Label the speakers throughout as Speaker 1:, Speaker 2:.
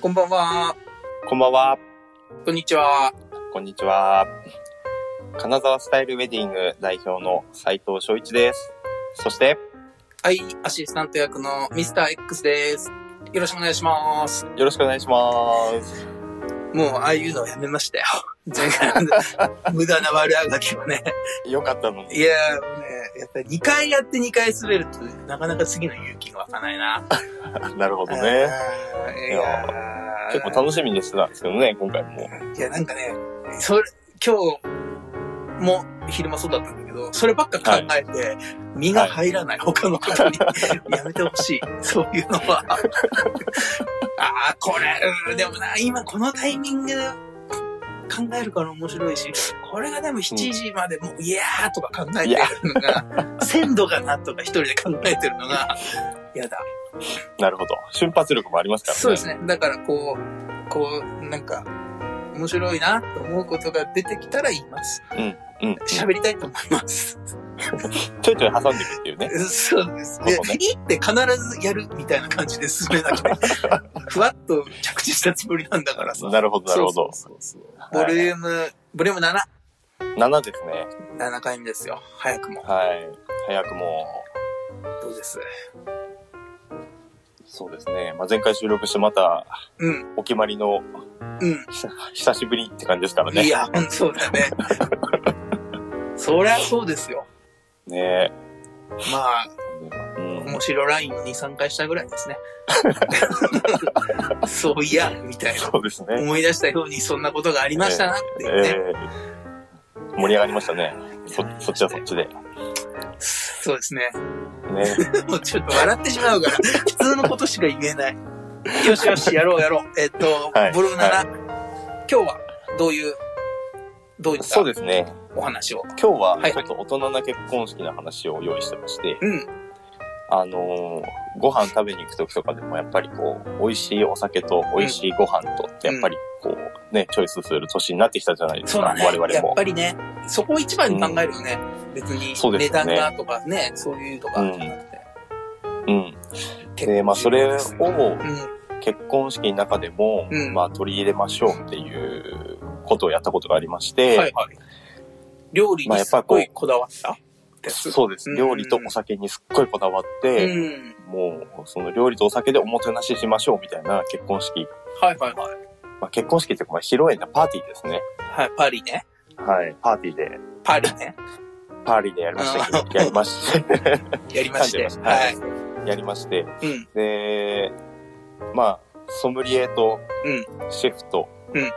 Speaker 1: こんばんは。
Speaker 2: こんばんは。
Speaker 1: こんにちは。
Speaker 2: こんにちは。金沢スタイルウェディング代表の斉藤翔一です。そして、
Speaker 1: はい、アシスタント役のミスター X です。よろしくお願いします。
Speaker 2: よろしくお願いします。
Speaker 1: もう、ああいうのをやめま したよ。前回の無駄な悪あがきはね。
Speaker 2: よかったのに。
Speaker 1: いやー、もうね、やっぱり2回やって2回滑ると、なかなか次の勇気が湧かないな。
Speaker 2: なるほどね。
Speaker 1: あーいやー
Speaker 2: 結構楽しみにしてたんですけどね、今回も。
Speaker 1: いや、なんかね、それ、今日も昼間そうだったんだけど、そればっか考えて、身が入らない、他のことにやめてほしい。そういうのは。 ああ、これ、うんでもな、今このタイミングで考えるから面白いし、これがでも7時までもう、いやーとか考えてるのが、鮮度がなとか一人で考えてるのが、やだ。
Speaker 2: なるほど。瞬発力もありますからね。
Speaker 1: そうですね。だからこう、こう、なんか、面白いなと思うことが出てきたら言います。
Speaker 2: うん。
Speaker 1: 喋りたいと思い ます。
Speaker 2: ちょいちょい挟んでいくっていうね。
Speaker 1: そうですね
Speaker 2: そうね。
Speaker 1: いいって必ずやるみたいな感じで進めなき ゃ。ふわっと着地したつもりなんだからさ。
Speaker 2: なるほど、なるほど。
Speaker 1: そうそうそうそうボリューム、ボリューム7、
Speaker 2: 7ですね。
Speaker 1: 7回目ですよ。早くも。
Speaker 2: はい。早くも
Speaker 1: どうです。
Speaker 2: う、そうですね。まあ、前回収録してまた、
Speaker 1: うん、
Speaker 2: お決まりの、
Speaker 1: うん。
Speaker 2: 久しぶりって感じですからね。
Speaker 1: いや、ほんとそう だよね。そりゃそうですよ。
Speaker 2: ね
Speaker 1: まあ、
Speaker 2: うん。
Speaker 1: 面白ラインを2、3回したぐらい ですね。そういや、みたいな。
Speaker 2: そうですね。
Speaker 1: 思い出したようにそんなことがありましたなっていうね。
Speaker 2: ええ盛り上がりましたね。そ、そっちはそっちで。ね。
Speaker 1: そうですね。 もうちょっと笑ってしまうから、普通のことしか言えない。よしよし、やろうやろう。えっと、
Speaker 2: はい
Speaker 1: ボルーナラ、今日はどういう、どういった
Speaker 2: そうですね。
Speaker 1: お話を。
Speaker 2: 今日
Speaker 1: は
Speaker 2: はいちょっと大人な結婚式の話を用意してまして、
Speaker 1: うん、
Speaker 2: あのーご飯食べに行く時とかでもやっぱりこう、美味しいお酒と美味しいご飯とってやっぱりこう、ね、チョイスする年になってきたじゃないです
Speaker 1: そう
Speaker 2: か、
Speaker 1: だね。
Speaker 2: 我
Speaker 1: や
Speaker 2: 々
Speaker 1: っ
Speaker 2: も。
Speaker 1: ぱりね、そこを一番に考えるよね。別
Speaker 2: そう
Speaker 1: に、
Speaker 2: で
Speaker 1: 値
Speaker 2: すよ
Speaker 1: 段
Speaker 2: ね
Speaker 1: がとかね、そういうとかじゃなくて。
Speaker 2: うん。
Speaker 1: 結構
Speaker 2: で、まあそれを
Speaker 1: 重要です
Speaker 2: 結婚式の中でも、
Speaker 1: うん
Speaker 2: まあ取り入れましょうっていうことをやったことがありまし
Speaker 1: う
Speaker 2: て、
Speaker 1: ん。はいはい。料理
Speaker 2: まあ
Speaker 1: に
Speaker 2: やっ
Speaker 1: す
Speaker 2: ぱ
Speaker 1: っ
Speaker 2: りこう
Speaker 1: ごいこだわったです。
Speaker 2: そうです。
Speaker 1: うん
Speaker 2: 料理とお酒にすっごいこだわって、
Speaker 1: うん。
Speaker 2: もう、その料理とお酒でおもてなししましょうみたいな結婚式。
Speaker 1: はいはいはい。
Speaker 2: まあ、結婚式っていうか、まあ、披露宴のパーティーですね。
Speaker 1: はい、パリね。
Speaker 2: はい。パーティーで、
Speaker 1: パリね。
Speaker 2: パーティーでやりました けど、やりまして、
Speaker 1: やりま して。
Speaker 2: 噛んでま
Speaker 1: は
Speaker 2: しやりまして、
Speaker 1: い。うん。
Speaker 2: で、まあ、ソムリエと
Speaker 1: うん、
Speaker 2: シェフと、
Speaker 1: うん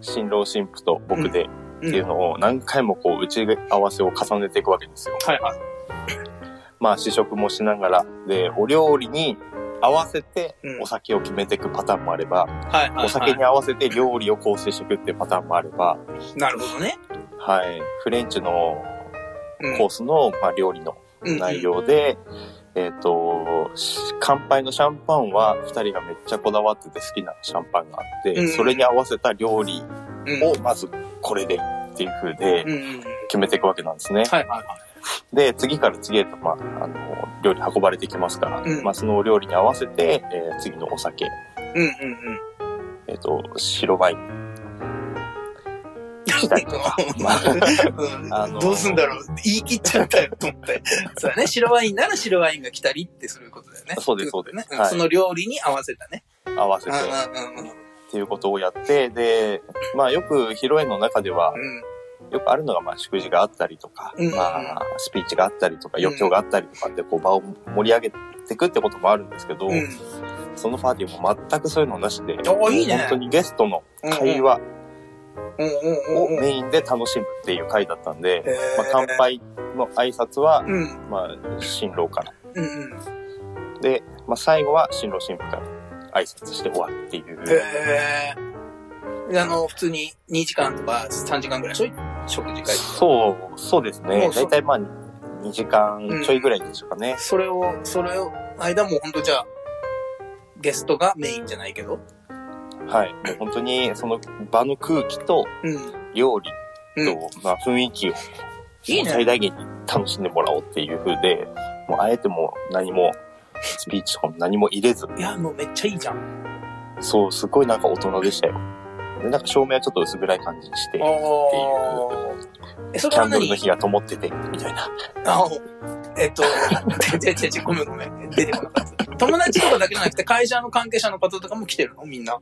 Speaker 2: 新郎新婦と僕でって
Speaker 1: うん
Speaker 2: いうのを何回もこう打ち合わせを重ねていくわけですよ。
Speaker 1: はいはい。
Speaker 2: まあ試食もしながら、で、お料理に合わせて
Speaker 1: うん
Speaker 2: お酒を決めていくパターンもあれば、
Speaker 1: はいはい、はい。
Speaker 2: お酒に合わせて料理を構成していくっていうパターンもあれば、
Speaker 1: なるほどね。
Speaker 2: はい、フレンチの
Speaker 1: うん
Speaker 2: コースの、まあ、料理の内。容で、えっ、と、し乾杯のシャンパンは2人がめっちゃこだわってて好きなシャンパンがあって、
Speaker 1: うん
Speaker 2: それに合わせた料理
Speaker 1: うんうん。
Speaker 2: をまずこれでっていう風
Speaker 1: うん
Speaker 2: で
Speaker 1: うんうん。
Speaker 2: 決めていくわけなんですね。
Speaker 1: はいはいは
Speaker 2: で、次から次へと、まあ、あの、料理運ばれてきますから、
Speaker 1: うん
Speaker 2: まあ、そのお料理に合わせて、えー次のお酒、
Speaker 1: い。うんうんうん。、
Speaker 2: えっ、と、白ワインしたりとか まあ
Speaker 1: うん
Speaker 2: あのー
Speaker 1: どうすんだろう言い切っちゃったよと思って。 そうだね。白ワインなら白ワインが来たりってそういうことだよね。
Speaker 2: そうですそうです
Speaker 1: ね
Speaker 2: はい
Speaker 1: その料理に合わせたね。
Speaker 2: 合わせ
Speaker 1: うん
Speaker 2: て
Speaker 1: う
Speaker 2: っ
Speaker 1: んうん
Speaker 2: ていうことをやって、で、まあよく披露宴の中では、
Speaker 1: うん。
Speaker 2: よくあるのがまあ祝辞があったりとか、
Speaker 1: うん
Speaker 2: まあスピーチがあったりとか、
Speaker 1: うん
Speaker 2: 余興があったりとかってこう場を盛り上げていくってこともあるんですけど、
Speaker 1: うん。うん
Speaker 2: そのパーティーも全くそういうのなしで、
Speaker 1: おいいね
Speaker 2: もう本当にゲストの会話
Speaker 1: うん
Speaker 2: を
Speaker 1: うんうんうん。
Speaker 2: メインで楽しむっていう会だったんで、
Speaker 1: えー
Speaker 2: まあ、乾。杯の挨拶は、
Speaker 1: うん
Speaker 2: まあ新郎から。
Speaker 1: うんうん。
Speaker 2: で、まあ最後は新郎新婦から挨拶して終わるっていう。
Speaker 1: へえあの、普通に2時間とか3時間ぐらいでしょ食事会。
Speaker 2: そう、そうです
Speaker 1: も
Speaker 2: ね
Speaker 1: う。そう
Speaker 2: だいたいまあ、2時間ちょいぐらいでしょうかね。
Speaker 1: それを、それを、間も本当じゃあ、ゲストがメインじゃないけど。
Speaker 2: はい。もう本当に、その場の空気と
Speaker 1: うん。
Speaker 2: 料理と、
Speaker 1: うん。
Speaker 2: まあ、雰囲気を
Speaker 1: いい
Speaker 2: 最
Speaker 1: ね。
Speaker 2: 大限に楽しんでもらおうっていう風で、もうあえてもう何も、スピーチとかも何も入れず、
Speaker 1: いや、もうめっちゃいいじゃん。
Speaker 2: そう、すごいなんか大人でしたよ。で、なんか照明はちょっと薄暗い感じにして、
Speaker 1: ああ。え、それ
Speaker 2: キャ
Speaker 1: は
Speaker 2: ンドル
Speaker 1: 何
Speaker 2: の火が灯ってて、みたいな。
Speaker 1: あおえっと、違う違う違う、ごめんごめん。出てこなかった。友達とかだけじゃなくて、会社の関係者の方とかも来てるのみんな。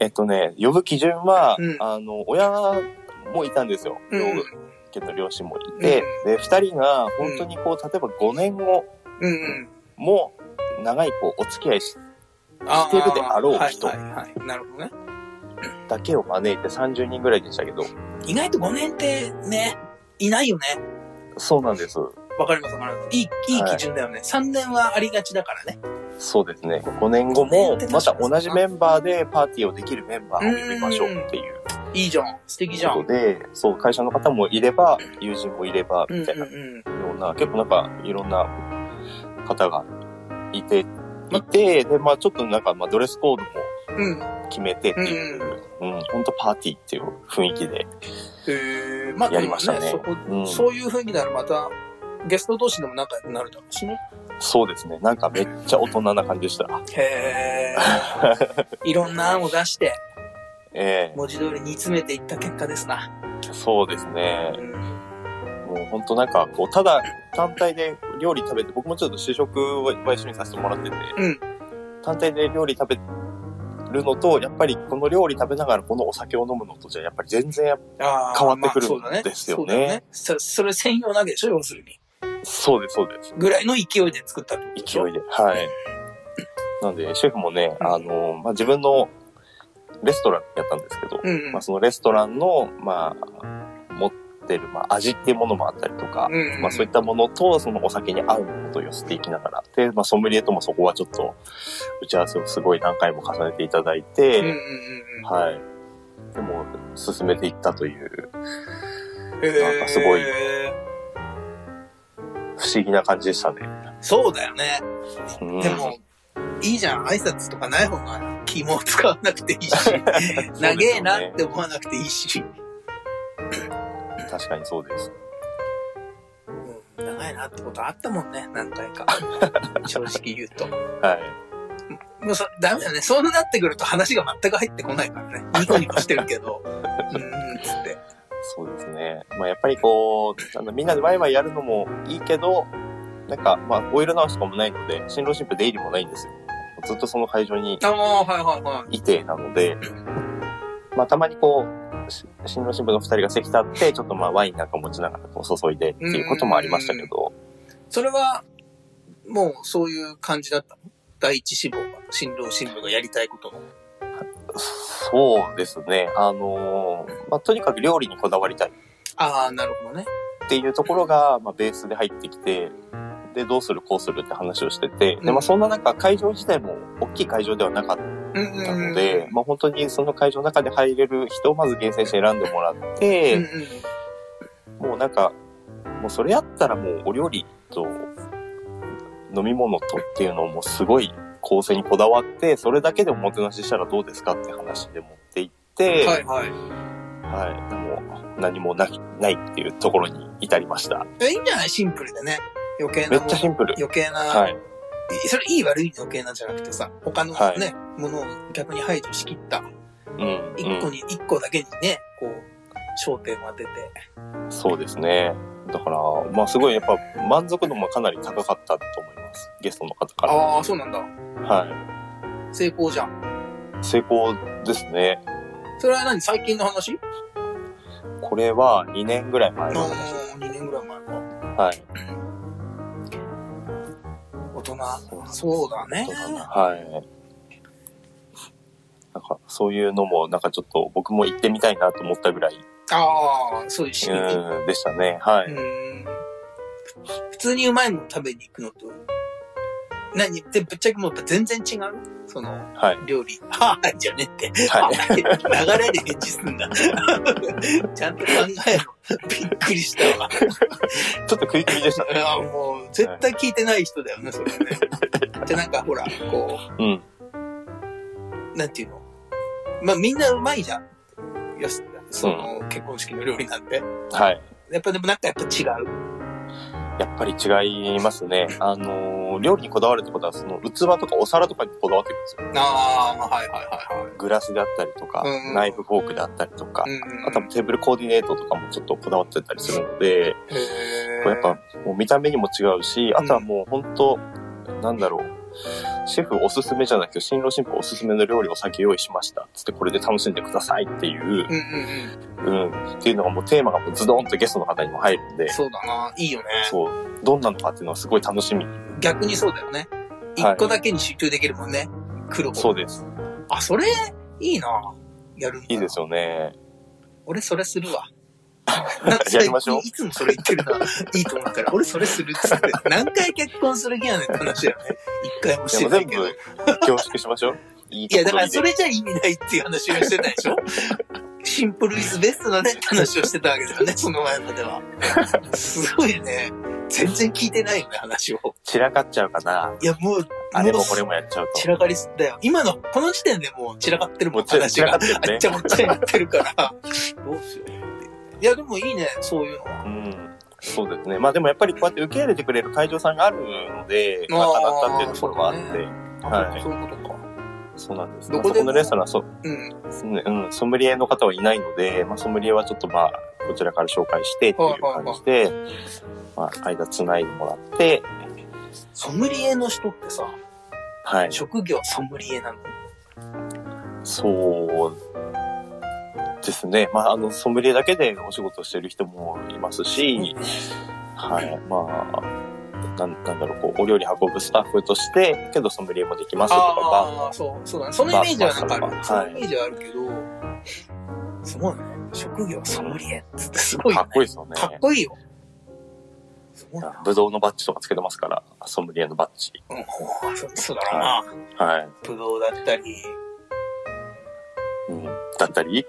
Speaker 2: えっとね、呼ぶ基準は、
Speaker 1: うん
Speaker 2: あの、親もいたんですよ。
Speaker 1: うん
Speaker 2: 両家の両親もいて、で、二人が本当にこう、例えば5年後
Speaker 1: うんうん。
Speaker 2: も長いこう、お付き合いし
Speaker 1: あー
Speaker 2: してるであろう人
Speaker 1: はいはいはい。なるほどね。
Speaker 2: だけを招いて30人ぐらいでしたけど、
Speaker 1: 意外と5年ってね、いないよね。
Speaker 2: そうなんです。
Speaker 1: わかりますわかります。いい、いい基準だよね。3年はありがちだからね。
Speaker 2: そうですね。5年後も、また同じメンバーでパーティーをできるメンバーを呼びましょうっていう
Speaker 1: いいじゃん。素敵じゃ
Speaker 2: こ
Speaker 1: ん。
Speaker 2: とで、そう、会社の方もいれば、友人もいれば、
Speaker 1: うんう
Speaker 2: み
Speaker 1: ん
Speaker 2: たいなよ
Speaker 1: うん。
Speaker 2: うな、結構なんか、いろんな方がいて、いて、で、まあちょっとなんか、まあドレスコードも
Speaker 1: うん。
Speaker 2: 決めてっていう、うん、本当パーティーっていう雰囲気で、
Speaker 1: えー、まあ、
Speaker 2: やりましたね
Speaker 1: でもそこ
Speaker 2: うん、そう
Speaker 1: そういう雰囲気ならまた、ゲスト同士でも仲良くなるだろうしね。
Speaker 2: ですね。なんかめっちゃ大人な感じでした。
Speaker 1: へ ー。いろんな案を出して、
Speaker 2: ええ
Speaker 1: 文字通り煮詰めていった結果ですな。
Speaker 2: そうですね
Speaker 1: う。ん。
Speaker 2: もう本当なんか、こう、ただ単体で料理食べて、僕もちょっと試食を一緒にさせてもらってて、
Speaker 1: うん
Speaker 2: 単体で料理食べるのと、やっぱりこの料理食べながらこのお酒を飲むのとじゃ、やっぱり全然やっぱ、
Speaker 1: あー
Speaker 2: 変わってくるん
Speaker 1: まあそうだね
Speaker 2: ですよ
Speaker 1: そ
Speaker 2: ね
Speaker 1: うだね。そそれ専用なわけでしょ要するに。
Speaker 2: そうです、そうです。
Speaker 1: ぐらいの勢いで作ったってことでし
Speaker 2: 勢
Speaker 1: ょ
Speaker 2: いで。はい。なんで、シェフもね、あの、まあ、自分のレストランやったんですけど、
Speaker 1: うんうん
Speaker 2: まあ、。そのレストランの、まあ、持ってる、まあ、味っていうものもあったりとか、
Speaker 1: うんうん
Speaker 2: まあ、そういったものと、そのお酒に合うものと寄せていきながら、で、まあ、ソムリエともそこはちょっと、打ち合わせをすごい何回も重ねていただい
Speaker 1: うんうん
Speaker 2: て、
Speaker 1: うんうん。
Speaker 2: はい。でも、進めていったという、
Speaker 1: へー
Speaker 2: なんかすごい不思議な感じでしたね。
Speaker 1: そうだよね。
Speaker 2: うん
Speaker 1: でも、いいじゃん。挨拶とかない方が気も使わなくていい し、長えなって思わなくていいし、
Speaker 2: 確かにそうです。
Speaker 1: うん、長いなってことあったもんね、何回か。 正直言うと。
Speaker 2: はい。
Speaker 1: もうそダメだね。そうなってくると話が全く入ってこないからね。ニコニコしてるけど、 うーん、つって。
Speaker 2: そうですね。まあ、やっぱりこう、あのみんなでワイワイやるのもいいけど、なんか、まあ、お色直しとかもないので、新郎新婦出入りもないんですよ。ずっとその会場に
Speaker 1: ああ、はいはいはい
Speaker 2: てなので、まあ、たまにこう、し新郎新婦の二人が席立って、ちょっとまあ、ワインなんか持ちながらこう注いでっていうこともありましたけど、
Speaker 1: い。それは、もうそういう感じだったの第一志望が、新郎新婦がやりたいことの。
Speaker 2: そうですね。あのーまあ、とにかく料理にこだわりたい
Speaker 1: ああ、なるほどね。
Speaker 2: っていうところが、まあ、ベースで入ってきて、で、どうする、こうするって話をしてて、で、まあ、そんな中、会場自体も大きい会場ではなかっ
Speaker 1: うんうん
Speaker 2: た
Speaker 1: うん。
Speaker 2: ので、まあ、本当にその会場の中で入れる人をまず厳選して選んでもらって、
Speaker 1: うんうん
Speaker 2: もうなんか、もうそれやったらもうお料理と飲み物とっていうのをもうすごい構成にこだわって、それだけでおもてなししたらどうですかって話で持っていって、
Speaker 1: はいはい。
Speaker 2: はい。でも何もなきないっていうところに至りました。
Speaker 1: いやいいんじゃないシンプルでね。余計
Speaker 2: め
Speaker 1: な
Speaker 2: っ
Speaker 1: も
Speaker 2: ちゃシ
Speaker 1: の。
Speaker 2: ンプル。
Speaker 1: 余計な、
Speaker 2: はい。
Speaker 1: それいい悪いの余計なんじゃなくてさ、他のね、
Speaker 2: はい
Speaker 1: ものを逆に排除しきった、
Speaker 2: うん。
Speaker 1: 一個に、一、個だけにね、こう、焦点を当てて。
Speaker 2: うん、そうですね。だから、まあすごいやっぱ満足度もかなり高かったと思います。ゲストの方から。
Speaker 1: ああ、そうなんだ。
Speaker 2: は
Speaker 1: 成功じゃん。
Speaker 2: い。成功ですね。
Speaker 1: それは何最近の話
Speaker 2: これは2年ぐらい前
Speaker 1: あ
Speaker 2: の。
Speaker 1: あ、2年ぐらい前か。
Speaker 2: はい。
Speaker 1: 大人。そうだね。
Speaker 2: はい。なんか、そういうのも、なんかちょっと僕も行ってみたいなと思ったぐらい、
Speaker 1: ああ、そういうシーン。
Speaker 2: うん、でしたね。は
Speaker 1: う
Speaker 2: い。
Speaker 1: ん。普通にうまいもの食べに行くのと、何ってぶっちゃけもう全然違うその、
Speaker 2: はい。
Speaker 1: 料理。はぁ、じゃねって。
Speaker 2: はい
Speaker 1: 流れで返事すんだ。ちゃんと考えろ。びっくりしたわ。
Speaker 2: ちょっと食い気味でした
Speaker 1: い
Speaker 2: ね。
Speaker 1: やもう、絶対聞いてない人だよね、それはね。で、なんかほら、こ
Speaker 2: うん。
Speaker 1: う、なんていうの。まあ、みんなうまいじゃん。よし、その、結婚式の料理なんて。
Speaker 2: はい。
Speaker 1: やっぱでもなんかやっぱ違う。
Speaker 2: やっぱり違いますね。あのーの、料理にこだわるってことは、その、器とかお皿とかにこだわってるんですよ。
Speaker 1: ああ、はいはいはいはい。
Speaker 2: グラスであったりとか、
Speaker 1: うんうん
Speaker 2: ナイフフォークであったりとか、
Speaker 1: うんうんうん、
Speaker 2: あとはテーブルコーディネートとかもちょっとこだわってたりするので、
Speaker 1: へえ
Speaker 2: こうやっぱ、もう見た目にも違うし、あとはもう本当、なんだろう。シェフおすすめじゃなくて、新郎新婦おすすめの料理を先用意しました。つって、これで楽しんでくださいっていう
Speaker 1: う、んうん
Speaker 2: うん、っていうのがもうテーマがもうズドンとゲストの方にも入るんで
Speaker 1: うん。、そうだな。いいよね。
Speaker 2: そう、どんなのかっていうのはすごい楽しみ。
Speaker 1: 逆にそうだよね。一
Speaker 2: はい
Speaker 1: 個だけに集中できるもんね。来る方。
Speaker 2: そうです。
Speaker 1: あ、それ、いいな。やるんだ
Speaker 2: いいですよね。
Speaker 1: 俺それするわ。なんか
Speaker 2: やりましょう
Speaker 1: 最近いつもそれ言ってる な。いいと思ったら、俺それするっつって。何回結婚する気やねんって話だよね。一回もし
Speaker 2: で
Speaker 1: て
Speaker 2: も
Speaker 1: ない
Speaker 2: 全
Speaker 1: け
Speaker 2: 部
Speaker 1: ど。
Speaker 2: 凝縮しましょう。いい
Speaker 1: い
Speaker 2: と
Speaker 1: や、だ
Speaker 2: こ
Speaker 1: か
Speaker 2: 取
Speaker 1: ら
Speaker 2: りで
Speaker 1: そ。れじゃ意味ないっていう話をしてたでし ょシンプルイズベストだねって話をしてたわけだよね、その前までは。 すごいね。全然聞いてないよね、話を。
Speaker 2: 散らかっちゃうかな。
Speaker 1: いや、もう、
Speaker 2: あれ
Speaker 1: も
Speaker 2: も
Speaker 1: う
Speaker 2: これもやっちゃう
Speaker 1: 散らかりすだよ。今の、この時点でもう散らかってる
Speaker 2: と。も
Speaker 1: もん、
Speaker 2: う散ら
Speaker 1: 話
Speaker 2: 散ら
Speaker 1: が。
Speaker 2: かってる
Speaker 1: あ
Speaker 2: ね
Speaker 1: っち。ゃこっちゃになってるから。どうしようって。いや、でもいいね、そういうのは。
Speaker 2: うん。そうですね。まあでもやっぱりこうやって受け入れてくれる会場さんがあるので、
Speaker 1: あー
Speaker 2: なかなかっていうところがあって、
Speaker 1: そうだ
Speaker 2: はい
Speaker 1: そういうことか。
Speaker 2: そうなんです。
Speaker 1: ど
Speaker 2: ど
Speaker 1: こ
Speaker 2: こ
Speaker 1: で
Speaker 2: で
Speaker 1: も
Speaker 2: のレストランはそう
Speaker 1: うん。
Speaker 2: ですね、うん、ソムリエの方はいないので、まあ、ソムリエはちょっとまあ、こちらから紹介してっていう感じで、まあ、間つないでもらって、
Speaker 1: ソムリエの人ってさ、
Speaker 2: はい。
Speaker 1: 職業ソムリエなの。
Speaker 2: そうですね。まあ、あの、ソムリエだけでお仕事をしてる人もいますし、はい。まあ、なんなんだろう、こう、お料理運ぶスタッフとして、けどソムリエもできますとか、まあ
Speaker 1: ああ、そう、そうだね。そのイメージはなんかあ
Speaker 2: バ
Speaker 1: る。
Speaker 2: ー
Speaker 1: そ
Speaker 2: サ
Speaker 1: の
Speaker 2: ー
Speaker 1: イメージはあるけど、すごいね。職業ソムリエっつってすごい
Speaker 2: か
Speaker 1: よね。
Speaker 2: っこいいですよね。
Speaker 1: かっこいいよ。すごいな。
Speaker 2: ぶどうのバッジとかつけてますから、ソムリエのバッジ。
Speaker 1: うん、そうそうだろうな。
Speaker 2: はい。
Speaker 1: ぶどうだったり。
Speaker 2: うん、だったり、
Speaker 1: い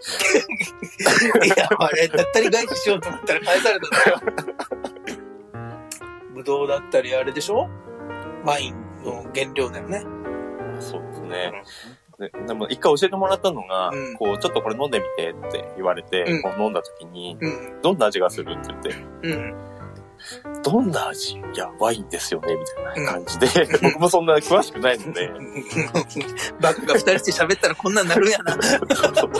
Speaker 1: や、あれ、だったり返ししようと思ったら返されたんだよ。 ぶどうだったり、あれでしょワインの原料だよね。
Speaker 2: そうですね。ででも一回教えてもらったのが、
Speaker 1: うん
Speaker 2: こう、ちょっとこれ飲んでみてって言われて、
Speaker 1: うん
Speaker 2: こう飲んだ時に、
Speaker 1: うん。
Speaker 2: どんな味がするって言って、
Speaker 1: うん。
Speaker 2: どんな味いや、ワインですよね、みたいな感 じで、僕もそんな詳しくないので、
Speaker 1: バカが二人して喋ったらこんなんなるんやな。
Speaker 2: そうそう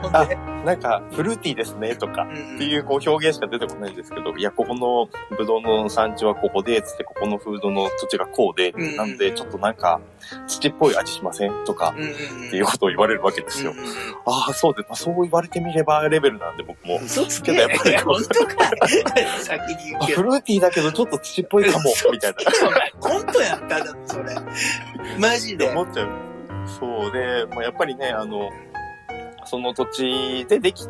Speaker 1: ほん
Speaker 2: あ
Speaker 1: で。
Speaker 2: なんか、フルーティーですね、とか。
Speaker 1: うん
Speaker 2: っていうこう表現しか出てこないんですけど、いや、ここのブドウの産地はここで、つって、ここのフードの土地がこうで、
Speaker 1: うん
Speaker 2: なんで、ちょっとなんか、土っぽい味しませんとか、
Speaker 1: うんうんうん。
Speaker 2: っていうことを言われるわけですよ。
Speaker 1: うんうんうん
Speaker 2: ああ、そうで、まあ、そう言われてみればレベルなんで僕も。
Speaker 1: 嘘つ
Speaker 2: けどやっぱり
Speaker 1: 本当かい先に言う
Speaker 2: あ
Speaker 1: け
Speaker 2: フ
Speaker 1: ど。
Speaker 2: ルーティーだけどちょっと土っぽいかも
Speaker 1: 嘘、
Speaker 2: みたい
Speaker 1: つけお前コントやっただそれ。マジ
Speaker 2: な。
Speaker 1: で。
Speaker 2: 思っちゃう。そうで、まあ、やっぱりね、あの、その土地ででき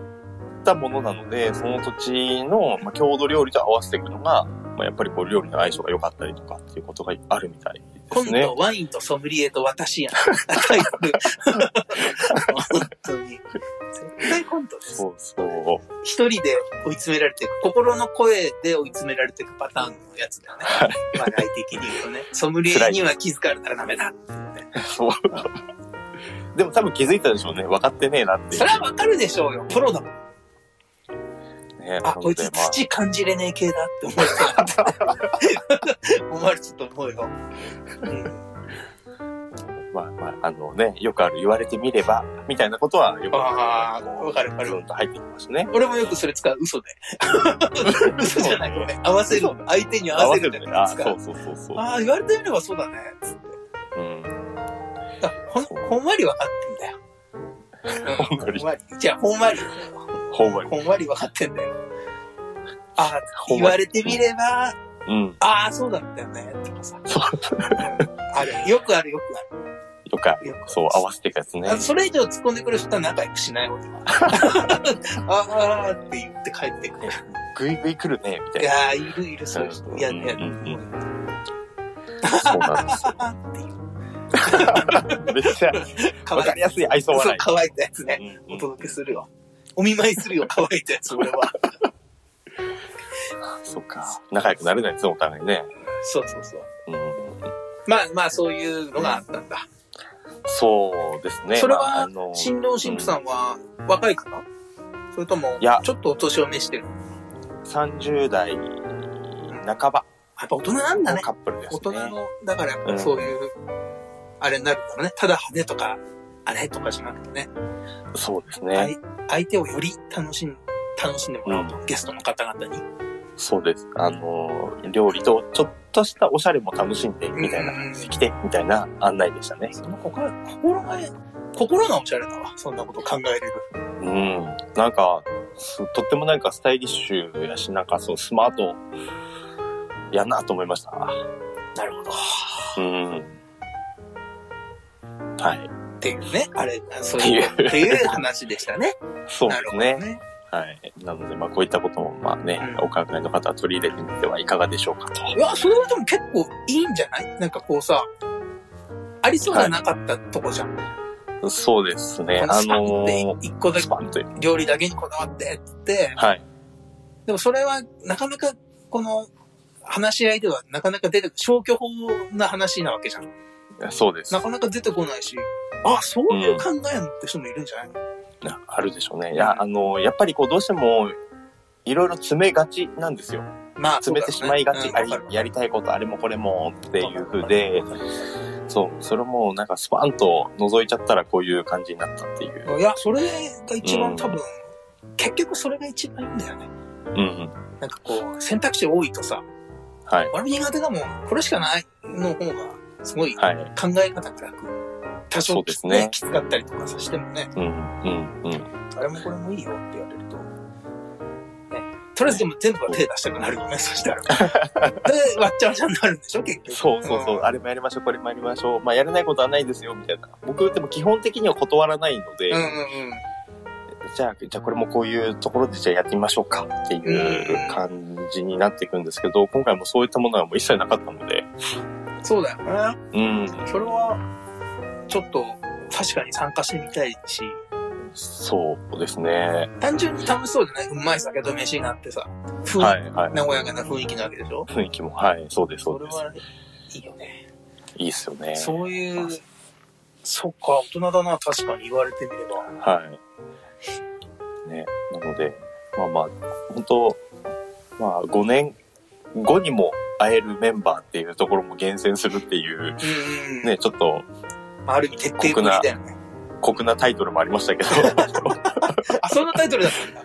Speaker 2: たものなので、その土地の、まあ、郷土料理と合わせていくのが、まあ、やっぱりこう料理の相性が良かったりとかっていうことがあるみたいで
Speaker 1: 今
Speaker 2: す
Speaker 1: 度、
Speaker 2: ね。
Speaker 1: ワインとソムリエと私 やん。タイプ。本当に。絶対コントです。
Speaker 2: そうそう。
Speaker 1: 一人で追い詰められていく、心の声で追い詰められていくパターンのやつだよね。まあ、外的に言うとね。ソムリエには気づかれたらダメだ。
Speaker 2: そう。でも多分気づいたでしょうね。分かってねえなってい
Speaker 1: それはわかるでしょうよ。プロだもん。
Speaker 2: う。ね、
Speaker 1: あ、
Speaker 2: なので
Speaker 1: こいつ
Speaker 2: まあ
Speaker 1: 土感じれねえ系だって思われた。 思われちゃうと思うよ。うん
Speaker 2: まあまあ、あのね、よくある言われてみれば、みたいなことはよく
Speaker 1: あーわかるわかる
Speaker 2: ずっと入ってきますね。
Speaker 1: 俺もよくそれ使う。嘘で。嘘じゃない。ごめん。合わせる。相手に合わせるじゃ
Speaker 2: あ、
Speaker 1: ないです
Speaker 2: そ
Speaker 1: か
Speaker 2: う。そうそうそう。
Speaker 1: ああ、言われてみればそうだね。つって
Speaker 2: うん。
Speaker 1: だからほん、ほんわり分かってんだよ。
Speaker 2: ほんわり
Speaker 1: ほんわり。じゃあ、ほんわり。
Speaker 2: ほんまに。
Speaker 1: ほんわり分かってんだよ。ああ、
Speaker 2: ほん
Speaker 1: 言
Speaker 2: わ
Speaker 1: わ
Speaker 2: り
Speaker 1: れてみれば、
Speaker 2: うん。
Speaker 1: ああ、そうだったよね。とかさ。
Speaker 2: そう。
Speaker 1: ある。よくある、よく
Speaker 2: よくあ
Speaker 1: ある。
Speaker 2: る、
Speaker 1: よくある
Speaker 2: そう、合わせていくやつね
Speaker 1: あ。それ以上突っ込んでくる人は仲良くしない、俺は。ああーって言って帰ってくる。
Speaker 2: ぐいぐい来るね、みた
Speaker 1: い
Speaker 2: いな。
Speaker 1: やー、いるいる、そういう人。いやいや、
Speaker 2: うん
Speaker 1: も
Speaker 2: うんうん
Speaker 1: う
Speaker 2: そうなんです
Speaker 1: ああ っていう。
Speaker 2: よ。めっちゃ、
Speaker 1: 乾
Speaker 2: わ
Speaker 1: い
Speaker 2: か
Speaker 1: た
Speaker 2: りやすい愛想
Speaker 1: そう
Speaker 2: 笑い。
Speaker 1: 乾いたやつね。
Speaker 2: うんう
Speaker 1: お
Speaker 2: ん
Speaker 1: 届けするよ。お見舞いするよ、乾いたやつ、俺は。
Speaker 2: そうか。仲良くなれないですね、お互いね。
Speaker 1: そうそうそう。
Speaker 2: うん。
Speaker 1: まあまあ、そういうのがあったんだ。
Speaker 2: そうですね。
Speaker 1: それは
Speaker 2: まああの、
Speaker 1: 新郎新婦さんは若い方それとも
Speaker 2: いや、
Speaker 1: ちょっとお年を召してる
Speaker 2: 30代半ば
Speaker 1: やっぱ大人なんだね。
Speaker 2: カップルですね。
Speaker 1: 大人の、だからやっ
Speaker 2: う
Speaker 1: ぱ
Speaker 2: ん
Speaker 1: そういう、あれになるんだろうね。ただ派手とか、あれとかじゃなくてね。
Speaker 2: そうです
Speaker 1: は
Speaker 2: ね。
Speaker 1: い相手をより楽しん、楽しんでもらおうと、ゲストの方々に。
Speaker 2: そうです。あの、料理とちょっとしたおしゃれも楽しんで、みたいな感じで来て、みたいな案内でしたね。
Speaker 1: その心、心が、心がおしゃれだわ。そんなこと考えれる。
Speaker 2: うん。なんか、すとってもなんかスタイリッシュやし、なんかそう、スマートやなと思いました。
Speaker 1: なるほど。
Speaker 2: うん。はい。
Speaker 1: っていうね、あれ、そういう、っていう話でしたね。
Speaker 2: そうで
Speaker 1: なる
Speaker 2: す
Speaker 1: ほど
Speaker 2: ね。
Speaker 1: ね。
Speaker 2: はい。なので、まあ、こういったことも、まあね、
Speaker 1: うん
Speaker 2: お考えの方は取り入れてみてはいかがでしょうかと。
Speaker 1: いや、それはでも結構いいんじゃないなんかこうさ、ありそうじゃなかったとこじゃん。
Speaker 2: そうですね。
Speaker 1: この
Speaker 2: あ
Speaker 1: スパン
Speaker 2: の
Speaker 1: って
Speaker 2: ー、
Speaker 1: 一個だ
Speaker 2: ス
Speaker 1: け、
Speaker 2: パンという。
Speaker 1: 料理だけにこだわってって、
Speaker 2: はい。
Speaker 1: でもそれはなかなかこの話し合いではなかなか出て、消去法な話なわけじゃん。
Speaker 2: そうです
Speaker 1: な。かなか出てこないし、あ、そういう考えのって人もいるんじゃないの、
Speaker 2: なあるでしょうね。いや、あのー、やっぱりこう、どうしても、いろいろ詰めがちなんですよ。
Speaker 1: まあ、
Speaker 2: 詰めてしまいがち、あり
Speaker 1: そうだろうね
Speaker 2: やりたいこと、あれもこれもっていう風で
Speaker 1: わ、かるわかる
Speaker 2: そう、それもなんかスパンと覗いちゃったらこういう感じになったっていう。
Speaker 1: いや、それが一
Speaker 2: うん
Speaker 1: 番多分、結局それが一番いいんだよね。
Speaker 2: うん。
Speaker 1: なんかこう、選択肢多いとさ、
Speaker 2: はい。
Speaker 1: 俺苦手だもん、これしかないの方が、すごい考
Speaker 2: はい。
Speaker 1: え方が楽。多
Speaker 2: そ
Speaker 1: 少
Speaker 2: うです
Speaker 1: ね
Speaker 2: ね
Speaker 1: きつかったりとかさしてもね、
Speaker 2: うん。うん。うん。
Speaker 1: あれもこれもいいよって言われると、ね、とりあえずでも全部は手出したくなるよね、そ したら。で、わっちゃわちゃになるんでしょ、結局。
Speaker 2: そうそうそう。
Speaker 1: ん
Speaker 2: あれもやりましょう、これもやりましょう。まあ、やれないことはないですよ、みたいな。僕、でも基本的には断らないので、
Speaker 1: うんうんうん。
Speaker 2: じゃあ、じゃあこれもこういうところでじゃあやってみましょうかっていう感じになっていくんですけど、今回もそういったものはもう一切なかったので、
Speaker 1: そうだよね。
Speaker 2: うん。
Speaker 1: それは、ちょっと、確かに参加してみたいし、
Speaker 2: そうですね。
Speaker 1: 単純に楽しそうじゃないうまい酒と飯があってさ、ふ
Speaker 2: はい、はい。
Speaker 1: 和やかな雰囲気なわけでしょ
Speaker 2: 雰囲気も、はい、そうです、そうです。
Speaker 1: いいよね。
Speaker 2: いいですよね。
Speaker 1: そうい
Speaker 2: まあ
Speaker 1: う、そっか、大人だな、確かに言われてみれば。
Speaker 2: はい。ね、なので、まあまあ、本当まあ5年後にも会えるメンバーっていうところも厳選するっていう、
Speaker 1: うんうん。ね、
Speaker 2: ね、ちょっと
Speaker 1: ある意味徹底ぶりだよね。
Speaker 2: 酷なタイトルもありましたけど、
Speaker 1: あ、そんなタイトルだったんだ。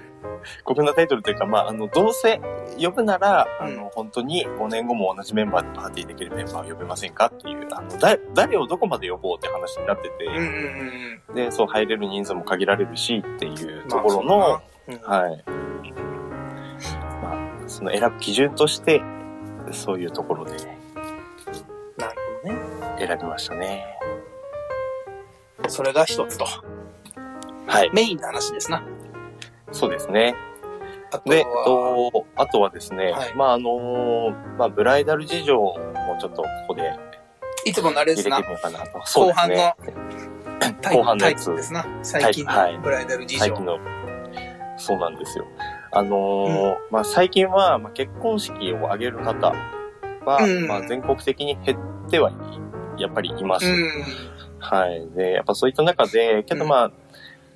Speaker 2: 酷なタイトルというか、まあ、あの、どうせ呼ぶなら、
Speaker 1: うん
Speaker 2: あの、本当に5年後も同じメンバーでパーティーできるメンバーを呼べませんかっていう、あの、だ、誰をどこまで呼 ぼうって話になって
Speaker 1: うんう
Speaker 2: て、
Speaker 1: んうん
Speaker 2: で、そう入れる人数も限られるしっていう
Speaker 1: うん。
Speaker 2: ところの、
Speaker 1: まあそうだな
Speaker 2: はい。まあ、その選ぶ基準として、そういうところで
Speaker 1: うんなるほどね。
Speaker 2: 選びましたね。
Speaker 1: それが一つと。
Speaker 2: はい。
Speaker 1: メインの話ですな。
Speaker 2: そうですね。
Speaker 1: あと
Speaker 2: で、えっ
Speaker 1: は、
Speaker 2: と、あとはですね、
Speaker 1: はい
Speaker 2: まあ、あのーまあ、ブライダル事情もちょっとここで
Speaker 1: いつものあれです
Speaker 2: 入れて
Speaker 1: な
Speaker 2: み。ようかなと。そう
Speaker 1: 後
Speaker 2: です
Speaker 1: 半の
Speaker 2: ね。、
Speaker 1: タイ
Speaker 2: 後半の
Speaker 1: タ
Speaker 2: や
Speaker 1: イ
Speaker 2: つ
Speaker 1: トルですな。最近
Speaker 2: タイはい
Speaker 1: のブライダル事情。
Speaker 2: 最近の、そうなんですよ。あのーまあ、最近は、まあ、結婚式を挙げる方は、
Speaker 1: うん
Speaker 2: まあ、全国的に減ってはい、やっぱりいます。
Speaker 1: う
Speaker 2: はい。で、やっぱそういった中で、けどまあ、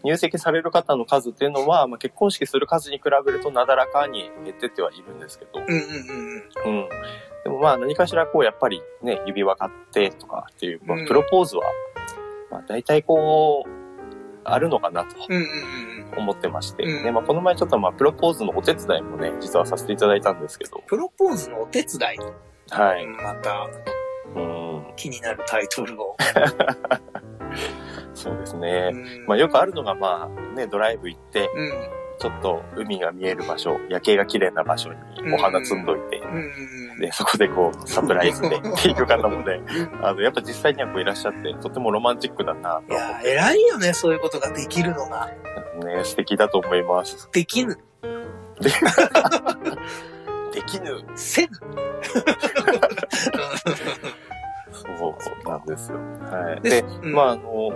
Speaker 2: 入籍される方の数っていうのは、まあ、結婚式する数に比べるとなだらかに減ってってはいるんですけど、
Speaker 1: ん。うんうんうんうん。
Speaker 2: うん。でもまあ、何かしらこう、やっぱりね、指輪買ってとかっていう、ま
Speaker 1: う
Speaker 2: あ、
Speaker 1: ん
Speaker 2: プロポーズは、まあ、大体こう、あるのかなと
Speaker 1: うんうんうん。
Speaker 2: 思ってまして、
Speaker 1: うん
Speaker 2: ね、まあ、この前ちょっとまあ、プロポーズのお手伝いもね、実はさせていただいたんですけど、
Speaker 1: プロポーズのお手伝い。
Speaker 2: はい。
Speaker 1: また
Speaker 2: うん、
Speaker 1: 気になるタイトルを。
Speaker 2: そうですね。
Speaker 1: うん
Speaker 2: まあ、よくあるのがまあ、ね、ドライブ行って、
Speaker 1: うん。
Speaker 2: ちょっと海が見える場所、夜景が綺麗な場所にお花摘んどいて、
Speaker 1: うんうんうん。
Speaker 2: で、そこでこう、サプライズでって いう方もね、あの、やっぱ実際にはこういらっしゃって、とてもロマンチックだなと
Speaker 1: いやー、偉いよね、そういうことができるのが。
Speaker 2: 思って、ね、素敵だと思います。
Speaker 1: できぬ、
Speaker 2: できぬ。
Speaker 1: せぬ。
Speaker 2: そうなんですよ。はい。
Speaker 1: で
Speaker 2: で、まあ、あの、こ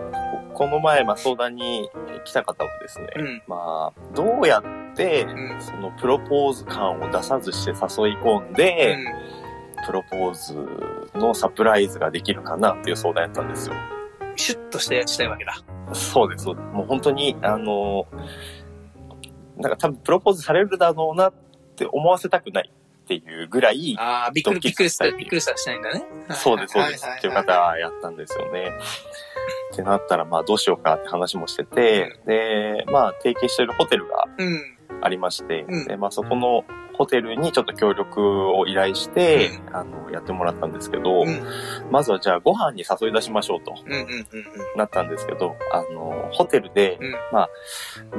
Speaker 2: この前、まあ、相談に来た方もですね、
Speaker 1: うん、
Speaker 2: まあ、どうやって、
Speaker 1: うん、
Speaker 2: そのプロポーズ感を出さずして誘い込ん
Speaker 1: う
Speaker 2: で、
Speaker 1: ん。
Speaker 2: プロポーズのサプライズができるかなっていう相談やったんですよ。
Speaker 1: シュッとして、したいわけだ。
Speaker 2: そうです、そうです。もう本当に、あの、なんか多分プロポーズされるだろうなって思わせたくないっっていうぐらい、
Speaker 1: ああ、びっくり、
Speaker 2: ド
Speaker 1: びっ
Speaker 2: ッキ
Speaker 1: く
Speaker 2: リ
Speaker 1: り
Speaker 2: し
Speaker 1: した
Speaker 2: い
Speaker 1: た、びっくりした、しないんだね。
Speaker 2: そうです、そう
Speaker 1: はいはい
Speaker 2: です
Speaker 1: はいはい
Speaker 2: っていう方やったんですよね。ってなったら、まあどうしようかって話もしてて、で、まあ提携してるホテルが
Speaker 1: うん。
Speaker 2: ありまして、
Speaker 1: うん
Speaker 2: で、まあそこのホテルにちょっと協力を依頼して、あの、やってもらったんですけど、
Speaker 1: うん
Speaker 2: まずはじゃあご飯に誘い出しましょうと
Speaker 1: うんうんうん
Speaker 2: なったんですけど、あの、ホテルで、
Speaker 1: うん
Speaker 2: まあ、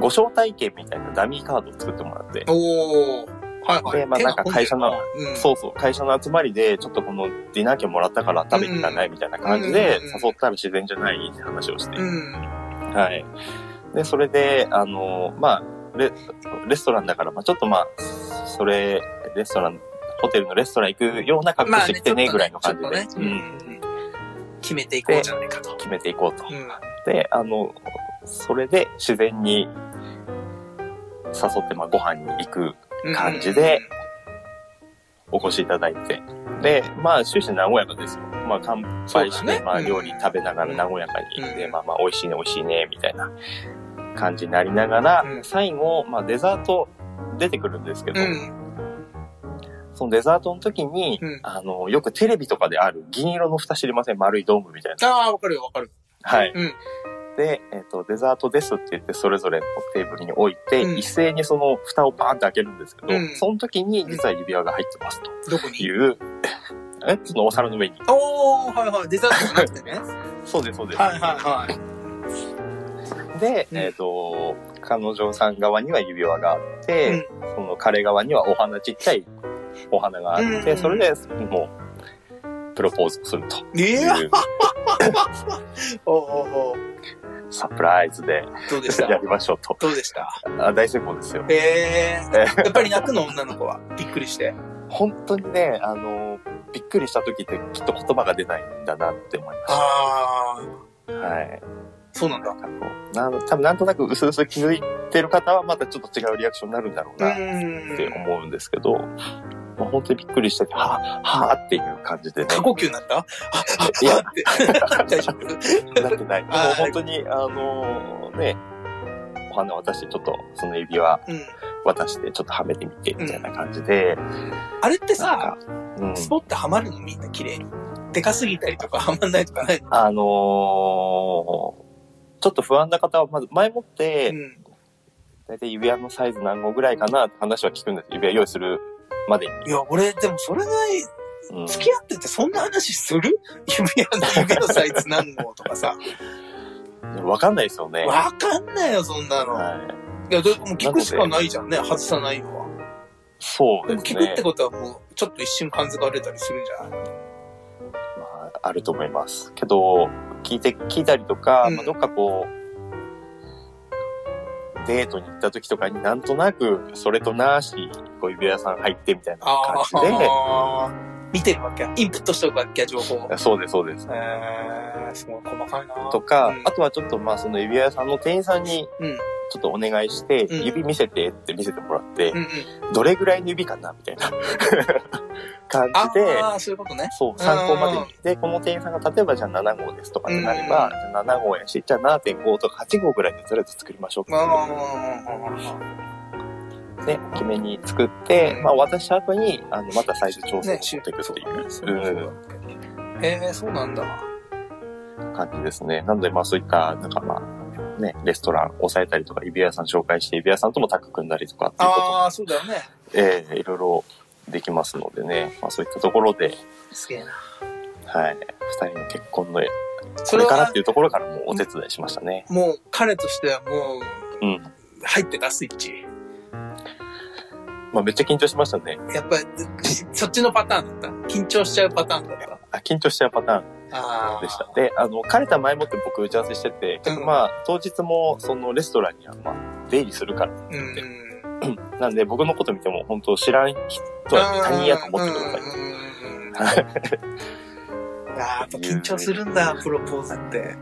Speaker 2: ご招待券みたいなダミーカードを作ってもらって
Speaker 1: うん。、おー。はいはい。
Speaker 2: でまあ
Speaker 1: 手が
Speaker 2: なんか会社の
Speaker 1: 込んでるな、うん、
Speaker 2: そうそう、会社の集まりで、ちょっとこのディナー券もらったから食べに行かないみたいな感じで
Speaker 1: うん、
Speaker 2: 誘ったら自然じゃないって話をして、
Speaker 1: うん。
Speaker 2: はい。で、それで、あの、まあ、レレストランだから、まあ、ちょっとまあ、それ、レストラン、ホテルのレストラン行くような格好してきてね、ぐらいの感じで、
Speaker 1: ちょっとね
Speaker 2: うん
Speaker 1: うん決めていこうじゃないかと。
Speaker 2: 決めていこうと
Speaker 1: う。ん。
Speaker 2: で、あの、それで自然に誘って、まあ、ご飯に行く、感じでお越しいただいて。で、まあ、終始和やかですよ。まあ、乾杯し
Speaker 1: そう
Speaker 2: て、
Speaker 1: だね
Speaker 2: まあ、
Speaker 1: うん
Speaker 2: 料理食べながら和やかに、
Speaker 1: うん
Speaker 2: で、まあまあ、美味しいね、美味しいね、みたいな感じになりながら、
Speaker 1: うん
Speaker 2: 最後、まあ、デザート出てくるんですけ
Speaker 1: う
Speaker 2: ど、
Speaker 1: ん。うん。
Speaker 2: そのデザートの時に、
Speaker 1: うん
Speaker 2: あの、よくテレビとかである銀色の蓋知りません丸いドームみたいな。
Speaker 1: ああ、わかるよ、わかる。
Speaker 2: はい。
Speaker 1: うん。
Speaker 2: で、えっ、と、デザートですって言って、それぞれのテーブルに置いて、
Speaker 1: うん
Speaker 2: 一斉にその蓋をバーンって開けるんですけど、
Speaker 1: うん
Speaker 2: その時に実は指輪が入ってますと
Speaker 1: どこ
Speaker 2: い
Speaker 1: に
Speaker 2: う、えそのお皿の上に。
Speaker 1: おー、はいはい。デザートじゃなくてね。
Speaker 2: そうです、そうです。
Speaker 1: はいはいはい。
Speaker 2: で、
Speaker 1: うん
Speaker 2: えっ、と、彼女さん側には指輪があって、その彼側にはお花ちっちゃいお花があって、
Speaker 1: うん
Speaker 2: それでもう、プロポーズすると
Speaker 1: え
Speaker 2: い
Speaker 1: え
Speaker 2: う
Speaker 1: おおおー
Speaker 2: サプライズで
Speaker 1: どうでした
Speaker 2: やりましょうと。
Speaker 1: どうでした
Speaker 2: あ大成功ですよ。
Speaker 1: ええー。やっぱり泣くの女の子は。びっくりして。
Speaker 2: 本当にね、あの、びっくりした時ってきっと言葉が出ないんだなって思いまし
Speaker 1: ああ、
Speaker 2: た。はい。
Speaker 1: そうなんだ。
Speaker 2: あの、なん多分なんとなく薄々気づいてる方はまたちょっと違うリアクションになるんだろう
Speaker 1: う
Speaker 2: な。
Speaker 1: ん
Speaker 2: って。思うんですけど、まあ、本当にびっくりしてて、はぁ、はぁっていう感じでね
Speaker 1: 過、呼吸になったあ
Speaker 2: いや
Speaker 1: あって。 大丈夫
Speaker 2: なってない。でも
Speaker 1: はい
Speaker 2: 本当に、あのね、お花渡して、ちょっとその指輪
Speaker 1: うん。
Speaker 2: 渡して、ちょっとはめてみて、みたいな感じで、
Speaker 1: あれって
Speaker 2: なん
Speaker 1: さ
Speaker 2: か、、うん、
Speaker 1: スポッてはまるのみんな綺麗に。でかすぎたりとか、はまんないとかない。
Speaker 2: あのーちょっと不安な方は、まず前もっ
Speaker 1: う
Speaker 2: て、
Speaker 1: ん。
Speaker 2: だいたい指輪のサイズ何号ぐらいかなって話は聞くんです。指輪用意するまで
Speaker 1: い
Speaker 2: に。
Speaker 1: や、俺、でもそれが、
Speaker 2: うん
Speaker 1: 付き合っててそんな話する指輪の指のサイズ何号とかさ。
Speaker 2: わかんないですよね。
Speaker 1: わかんないよ、そんなの。
Speaker 2: はい。
Speaker 1: いや、でも聞くしかないじゃんね、外さないのは。
Speaker 2: そ
Speaker 1: で
Speaker 2: うで
Speaker 1: も
Speaker 2: す
Speaker 1: 聞くっ
Speaker 2: ね
Speaker 1: て。ことはもう、ちょっと一瞬感づかれたりするんじゃない
Speaker 2: まあ、あると思います。けど、聞いて、聞いたりとか、
Speaker 1: うん
Speaker 2: まあ、どっかこう、デートに行った時とかになんとなく、それとなーし、こう指輪屋さん入ってみたいな感じ
Speaker 1: ああ。見てるわけインプットしておくわけ情報。
Speaker 2: で、そうです、そうです。
Speaker 1: えー、すごい細かいな。
Speaker 2: とか、
Speaker 1: うん
Speaker 2: あとはちょっとまあその指輪屋さんの店員さんに
Speaker 1: うん、
Speaker 2: ちょっとお願いして、
Speaker 1: うん
Speaker 2: 指見せてって見せてもらって、
Speaker 1: うんうん。
Speaker 2: どれぐらいの指かなみたいな 感
Speaker 1: あ
Speaker 2: じで、
Speaker 1: あー、そういうことね。
Speaker 2: そう、参考までに。で、この店員さんが例えばじゃあ7号ですとかってなれば、じゃあ7号やし、じゃあ7.5とか8号ぐらいでずれと作りましょうっていう
Speaker 1: あ
Speaker 2: ね、大きめに作って、
Speaker 1: うん
Speaker 2: まあ渡した後に、あの、またサイズ調
Speaker 1: あ。
Speaker 2: 整を
Speaker 1: ね、
Speaker 2: していくっていう
Speaker 1: うん。えー、そうなんだ。
Speaker 2: うん感じですね。なので、まあそういった、なんかまあ、ね、レストラン押さえたりとか、指輪屋さん紹介して、指輪屋さんともタッグ組んだりとかっていうことも
Speaker 1: ああ、そうだよね。
Speaker 2: ええいろいろできますのでね、まあそういったところで、
Speaker 1: すげえな。
Speaker 2: はい、二人の結婚の、
Speaker 1: そ
Speaker 2: こ
Speaker 1: れ
Speaker 2: れからっ
Speaker 1: は
Speaker 2: て、いうところからもお手伝いしましたね。
Speaker 1: もう彼としてはもう、
Speaker 2: うん。
Speaker 1: 入ってたスイッチ。
Speaker 2: まあめっちゃ緊張しましたね。
Speaker 1: やっぱり、そっちのパターンだった。緊張しちゃうパターンだった。
Speaker 2: あ緊張しちゃうパターン
Speaker 1: ああ。
Speaker 2: でした。で、あの、彼とは前もって僕打ち合わせしてて、
Speaker 1: う
Speaker 2: 結構
Speaker 1: ん
Speaker 2: まあ、当日もそのレストランにはまあ、出入りするから。
Speaker 1: うん。
Speaker 2: なんで僕のこと見ても本当知らん人は他人やと思ってくだ
Speaker 1: さ
Speaker 2: さい。
Speaker 1: い。ああ、やっぱ緊張するんだ、プロポーズって。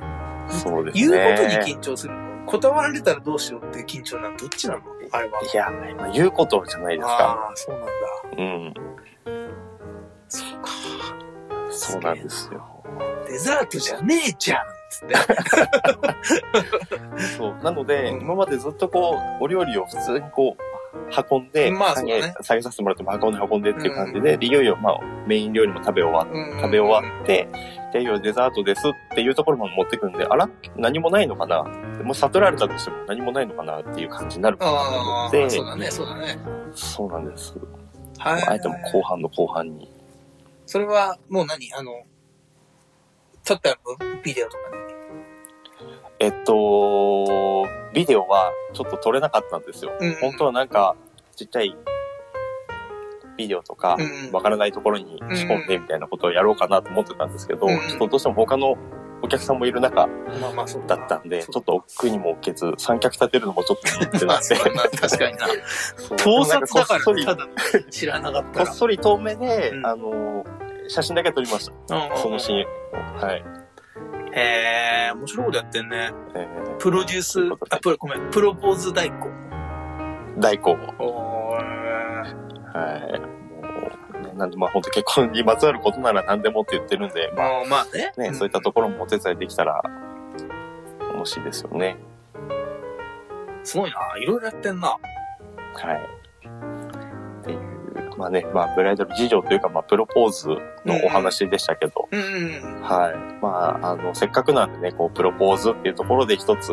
Speaker 2: そうです
Speaker 1: 言う
Speaker 2: ね。
Speaker 1: ことに緊張するの断られたらどうしようっていう緊張なのどっちなのあれは。
Speaker 2: いや、まあ言うことじゃないですか。
Speaker 1: ああ、そうなんだ。
Speaker 2: うん。
Speaker 1: そうか。
Speaker 2: そうなんですよ。
Speaker 1: デザートじゃねえじゃんつって。
Speaker 2: そう。なので、
Speaker 1: うん
Speaker 2: 今までずっとこう、お料理を普通にこう、運んで、
Speaker 1: まあ
Speaker 2: 下げ
Speaker 1: そうだね
Speaker 2: 下げさせてもらっても運んで運んでっていう感じで、でいよいよ、まあ、メイン料理も食べ終わっ
Speaker 1: うん
Speaker 2: 食べ終わって、で、いよいよデザートですっていうところまで持ってくんで、あら何もないのかなもう悟られたとしても何もないのかなっていう感じになるかなと思
Speaker 1: あ
Speaker 2: っ
Speaker 1: あ、
Speaker 2: て
Speaker 1: そうだね、そうだね。
Speaker 2: そうなんです。
Speaker 1: はい。
Speaker 2: あえても後半の後半に。
Speaker 1: それは、もう何あの、撮ったビデオとかね。
Speaker 2: えっと、ビデオはちょっと撮れなかったんですよ。
Speaker 1: うん
Speaker 2: 本当はなんか、ちっちゃいビデオとか、
Speaker 1: うん
Speaker 2: わからないところに仕込んでみたいなことをやろうかなと思ってたんですけど、
Speaker 1: うん
Speaker 2: ちょっとどうしても他のお客さんもいる中
Speaker 1: まあまあ、そう
Speaker 2: だったんで、ちょっと奥にも置けず、三脚立てるのもちょっとって
Speaker 1: ま
Speaker 2: な
Speaker 1: あ、
Speaker 2: っ
Speaker 1: そ
Speaker 2: て
Speaker 1: う。だな、確かにな。
Speaker 2: そう
Speaker 1: 盗撮だか
Speaker 2: こっそ
Speaker 1: ら、
Speaker 2: り
Speaker 1: ただ知らなかっ
Speaker 2: こ
Speaker 1: た
Speaker 2: っ
Speaker 1: ら。
Speaker 2: そり遠目で、
Speaker 1: うん
Speaker 2: あの、写真だけ撮りました。そのシーンを。はい。
Speaker 1: へえ、面白いことやってんね。
Speaker 2: えー
Speaker 1: プロデュース
Speaker 2: そういうこと、で
Speaker 1: あ、プロ、ごめん、プロポーズ代行。
Speaker 2: 大根も。
Speaker 1: お
Speaker 2: はい。もうね、なんで、まあ本当結婚にまつわることなら何でもって言ってるんで、まあ
Speaker 1: まあまあね。
Speaker 2: ね、そういったところもお手伝いできたら、楽しいですよね。
Speaker 1: すごいな。いろいろやってんな。
Speaker 2: はい。っていう、まあね、まあブライダル事情というか、まあプロポーズのお話でしたけど、
Speaker 1: うんうん。
Speaker 2: はい。まあ、あの、せっかくなんでね、こう、プロポーズっていうところで一つ、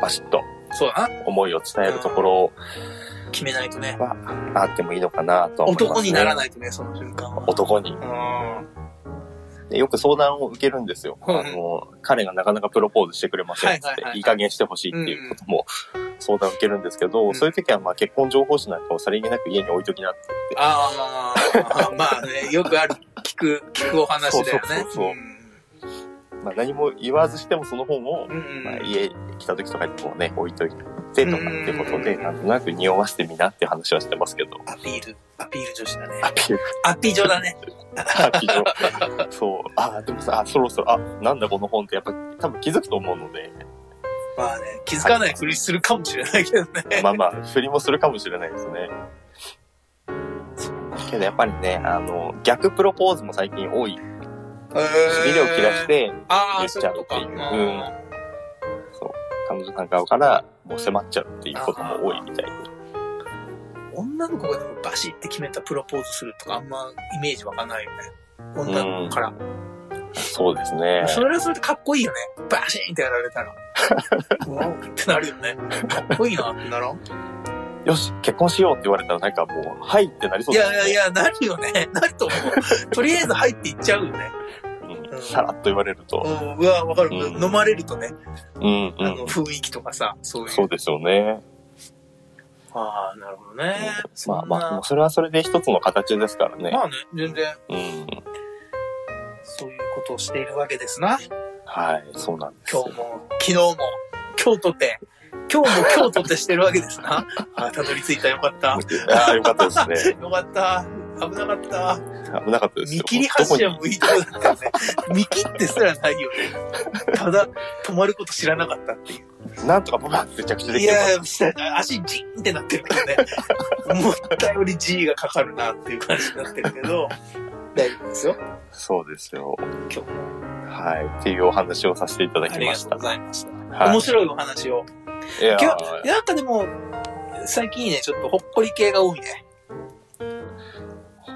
Speaker 2: バシッと
Speaker 1: そうだな。
Speaker 2: 思いを伝えるところ
Speaker 1: 決めないとね。
Speaker 2: は、あってもいいのかなとは思います、ね。
Speaker 1: 男にならないとね、その瞬間は。
Speaker 2: 男に。
Speaker 1: うん。
Speaker 2: でよく相談を受けるんですよ。
Speaker 1: うん
Speaker 2: あの、彼がなかなかプロポーズしてくれませんっつって、
Speaker 1: はい
Speaker 2: い
Speaker 1: はいはいはい
Speaker 2: 加減してほしいっていうことも相談を受けるんですけど、
Speaker 1: うん
Speaker 2: そういう時はまあ結婚情報誌なんかをさりげなく家に置いときなって言っ
Speaker 1: ああ、 まあね、よくある、聞く、聞くお話だよね。
Speaker 2: そうそうそうそうて、まあ何も言わずしてもその本を、
Speaker 1: うんうん
Speaker 2: まあ、家来た時とかにもね、置いといてとかっていうことで、
Speaker 1: うん
Speaker 2: なんとなく匂わせてみなっていう話はしてますけど、
Speaker 1: アピール、アピール女子だね。
Speaker 2: アピール
Speaker 1: アピー女だね。
Speaker 2: あ非常 そう。あ、でもさ、あそろそろ、あ、なんだこの本ってやっぱ多分気づくと思うので、
Speaker 1: まあね、気づかないふりするかもしれないけどね。
Speaker 2: まあま あ、振りもするかもしれないですね。けどやっぱりね、あの、逆プロポーズも最近多い。
Speaker 1: ビ
Speaker 2: ビデを切らし、て、
Speaker 1: あ
Speaker 2: 言
Speaker 1: あ、
Speaker 2: っ
Speaker 1: そう
Speaker 2: ち
Speaker 1: い
Speaker 2: ゃ
Speaker 1: う
Speaker 2: う
Speaker 1: こ
Speaker 2: っ
Speaker 1: と
Speaker 2: て
Speaker 1: か。
Speaker 2: いう彼女さん側からもう迫っちゃうっていうことも多いみたいで。
Speaker 1: 女の子がでもバシって決めたプロポーズするとかあんまイメージわかんないよね。女の子から。
Speaker 2: そうですね。
Speaker 1: それはそれでかっこいいよね。バシーンってやられた ら。うわおってなるよね。かっこいいなってならん
Speaker 2: よし、結婚しようって言われたらなんかもう、はいってなりそ
Speaker 1: いう
Speaker 2: です
Speaker 1: や
Speaker 2: ね。
Speaker 1: いやいや、なるよね。なると思う。とりあえず入っていっちゃうよね。
Speaker 2: うんさらっと言われると。
Speaker 1: うん、うわ、わかる。
Speaker 2: うん
Speaker 1: 飲まれるとね、
Speaker 2: うんう
Speaker 1: あの
Speaker 2: ん。
Speaker 1: 雰囲気とかさ、そういう。
Speaker 2: そうですよね。
Speaker 1: ああ、なるほどね。
Speaker 2: まあまあ、
Speaker 1: そん
Speaker 2: で
Speaker 1: な
Speaker 2: もそれはそれで一つの形ですからね。
Speaker 1: まあね、全然
Speaker 2: うん。
Speaker 1: そういうことをしているわけですな。
Speaker 2: はい、そうなんです
Speaker 1: 今
Speaker 2: よ
Speaker 1: 日。も、昨日も、今日とて、今日も今日とてしてるわけです な。あーたどり着いた。よかった。
Speaker 2: ああ、よかったです ね。
Speaker 1: よかった。危なかった。
Speaker 2: 危なかったです
Speaker 1: 見
Speaker 2: よ。
Speaker 1: 切り
Speaker 2: どこ
Speaker 1: 発
Speaker 2: に
Speaker 1: 車もいいとこだった よね。見切ってすらないよね。ただ、止まること知らなかったってい
Speaker 2: なんとかババンって着 地
Speaker 1: う。
Speaker 2: で
Speaker 1: い
Speaker 2: きれば。
Speaker 1: やー、した足ジーンってなってるけどね。思ったより G がかかるなっていう感じになってるけど、大丈夫ですよ。
Speaker 2: そうですよ。
Speaker 1: 今日も。
Speaker 2: はい。っていうお話をさせていただ
Speaker 1: あ
Speaker 2: き
Speaker 1: りが
Speaker 2: ま
Speaker 1: と
Speaker 2: し
Speaker 1: う
Speaker 2: た。
Speaker 1: ございました。
Speaker 2: は
Speaker 1: 面白いお話を。
Speaker 2: い。いやー
Speaker 1: 今日、なんかでも、最近ね、ちょっとほっこり系が多いね。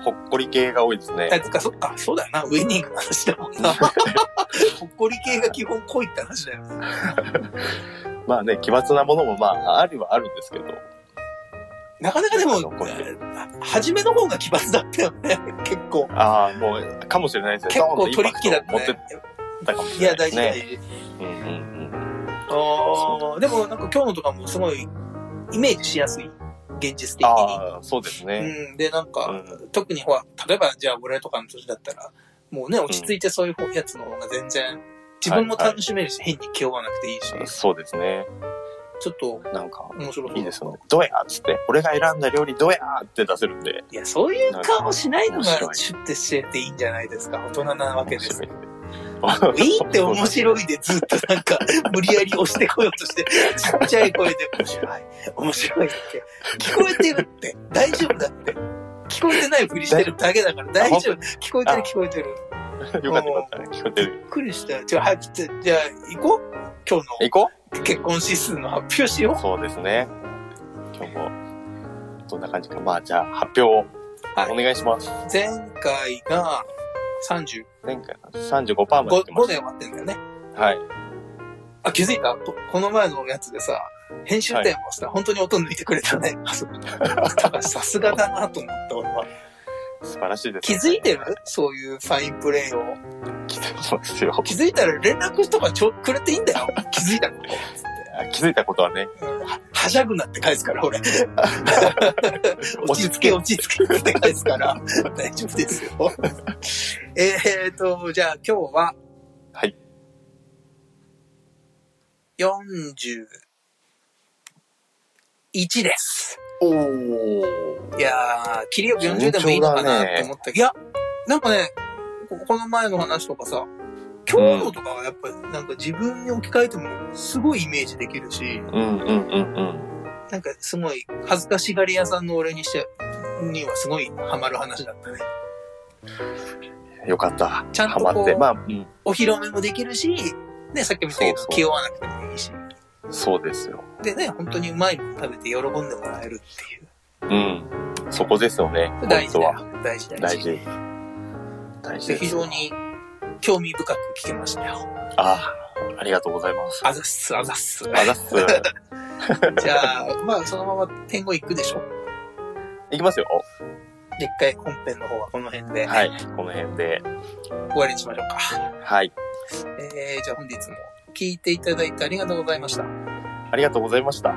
Speaker 2: ほっこり系が多いですね。
Speaker 1: あ、つか、そっか、そうだよな。ウェディングの話だもん な。 ほっこり系が基本濃いって話だよね。
Speaker 2: まあね、奇抜なものもまあ、あるはあるんですけど。
Speaker 1: なかなかでも
Speaker 2: なんか濃い、
Speaker 1: 初めの方が奇抜だったよね。結構。
Speaker 2: ああ、もう、かもしれないですね。
Speaker 1: 結
Speaker 2: ドーン
Speaker 1: 構
Speaker 2: とイン
Speaker 1: トリ
Speaker 2: パ
Speaker 1: ッ
Speaker 2: ク
Speaker 1: キ
Speaker 2: ト
Speaker 1: ーだ
Speaker 2: を
Speaker 1: った
Speaker 2: 持ってっ
Speaker 1: ね。
Speaker 2: たかもし
Speaker 1: い
Speaker 2: れな
Speaker 1: や、
Speaker 2: いで
Speaker 1: 大
Speaker 2: す
Speaker 1: 事大
Speaker 2: ね。
Speaker 1: 事。
Speaker 2: うんうん
Speaker 1: あーでもなんか今日のとかもすごい、イメージしやすい。現実的
Speaker 2: うん。
Speaker 1: に。
Speaker 2: ああ、そうですね。
Speaker 1: うん。で、なん
Speaker 2: う
Speaker 1: か、
Speaker 2: ん
Speaker 1: 特にほら、例えばじゃあ俺とかの年だったら、もうね、落ち着いてそういうやつの方が全然、自分も楽しめるし、変に気負わなくていいし、
Speaker 2: そうですね。
Speaker 1: ちょっと
Speaker 2: なんか、
Speaker 1: 面白そうだった
Speaker 2: いいですよね。どうやっつって、俺が選んだ料理どうやって出せるんで。
Speaker 1: いや、そういう顔しないの
Speaker 2: 面
Speaker 1: が
Speaker 2: 白い
Speaker 1: シュッてしてていいんじゃないですか。大人なわけ
Speaker 2: 面
Speaker 1: です
Speaker 2: 白い。。
Speaker 1: いいって面白いでずっとなんか、無理やり押してこようと して、ちっちゃい声で面白い、面白いって。聞こえてるって、大丈夫だって。聞こえてないふりしてるだけだから大丈
Speaker 2: 大丈
Speaker 1: 夫。聞こえてる聞こえてる。
Speaker 2: よかったよかった。聞こえて
Speaker 1: び
Speaker 2: る。
Speaker 1: っくりしたよ。じゃあ、はい、じゃあじゃあ行こう今日
Speaker 2: 行こう
Speaker 1: の結婚指数の発表しよ
Speaker 2: そうですね。今日もどんな感じか。まあ、じゃあ、発表を
Speaker 1: はい
Speaker 2: お願いします。
Speaker 1: 前回が35
Speaker 2: 前回の35%までいってま
Speaker 1: 5
Speaker 2: し
Speaker 1: で終わってんだよね。
Speaker 2: た。はい。
Speaker 1: あ、気づいたここの前のやつでさ、編集点もさ、本当に音抜いてくれたね。あそうだからさすがだなと思った俺は。
Speaker 2: 素晴らしいです
Speaker 1: 気
Speaker 2: ね、
Speaker 1: づいてるそういうファインプレイを。
Speaker 2: 気づいてますよ。
Speaker 1: 気づいたら連絡とかちょくれていいんだよ。気づいたの。
Speaker 2: あ気づいたことはね、
Speaker 1: ははしゃぐなって返すから、俺。落ち着け、落ち着けって返すから、 大丈夫ですよ。 えーと、じゃあ今日は、
Speaker 2: はい。
Speaker 1: 41です。
Speaker 2: おー。
Speaker 1: いやー、切りよく40でもいいのかなって思ったけど、いや、なんかね、ここの前の話とかさ、強度とかはやっぱりなんか自分に置き換えてもすごいイメージできるし、
Speaker 2: うんうんうんうん。
Speaker 1: なんかすごい恥ずかしがり屋さんの俺にして、にはすごいハマる話だったね。
Speaker 2: よかった。
Speaker 1: ちゃんと
Speaker 2: ハ
Speaker 1: こう
Speaker 2: マって。まあ、うん。
Speaker 1: お披露目もできるし、ね、さっきも言ったけど
Speaker 2: そうそう
Speaker 1: 気負わなくてもいいし。
Speaker 2: そうですよ。
Speaker 1: でね、本当にうまいもの食べて喜んでもらえるっていう。
Speaker 2: うん。そこですよね。ポイ
Speaker 1: 大
Speaker 2: ン
Speaker 1: 事
Speaker 2: ト
Speaker 1: だ
Speaker 2: は。
Speaker 1: よ。大事大
Speaker 2: 大
Speaker 1: 事。
Speaker 2: 事。大事
Speaker 1: で
Speaker 2: です。
Speaker 1: 非常。に興味深く聞けましたよ。
Speaker 2: ああ、ありがとうございます。
Speaker 1: あざっす、あざっ す。
Speaker 2: あざっ す。い
Speaker 1: じゃあ、まあ、そのまま天狗行くでしょ。
Speaker 2: きますよ。
Speaker 1: で一回本編の方はこの辺で終
Speaker 2: はい。この辺で。
Speaker 1: わりにしましょうか。
Speaker 2: はい。
Speaker 1: えー、じゃあ本日も聞いていただいてありがとうございました。
Speaker 2: ありがとうございました。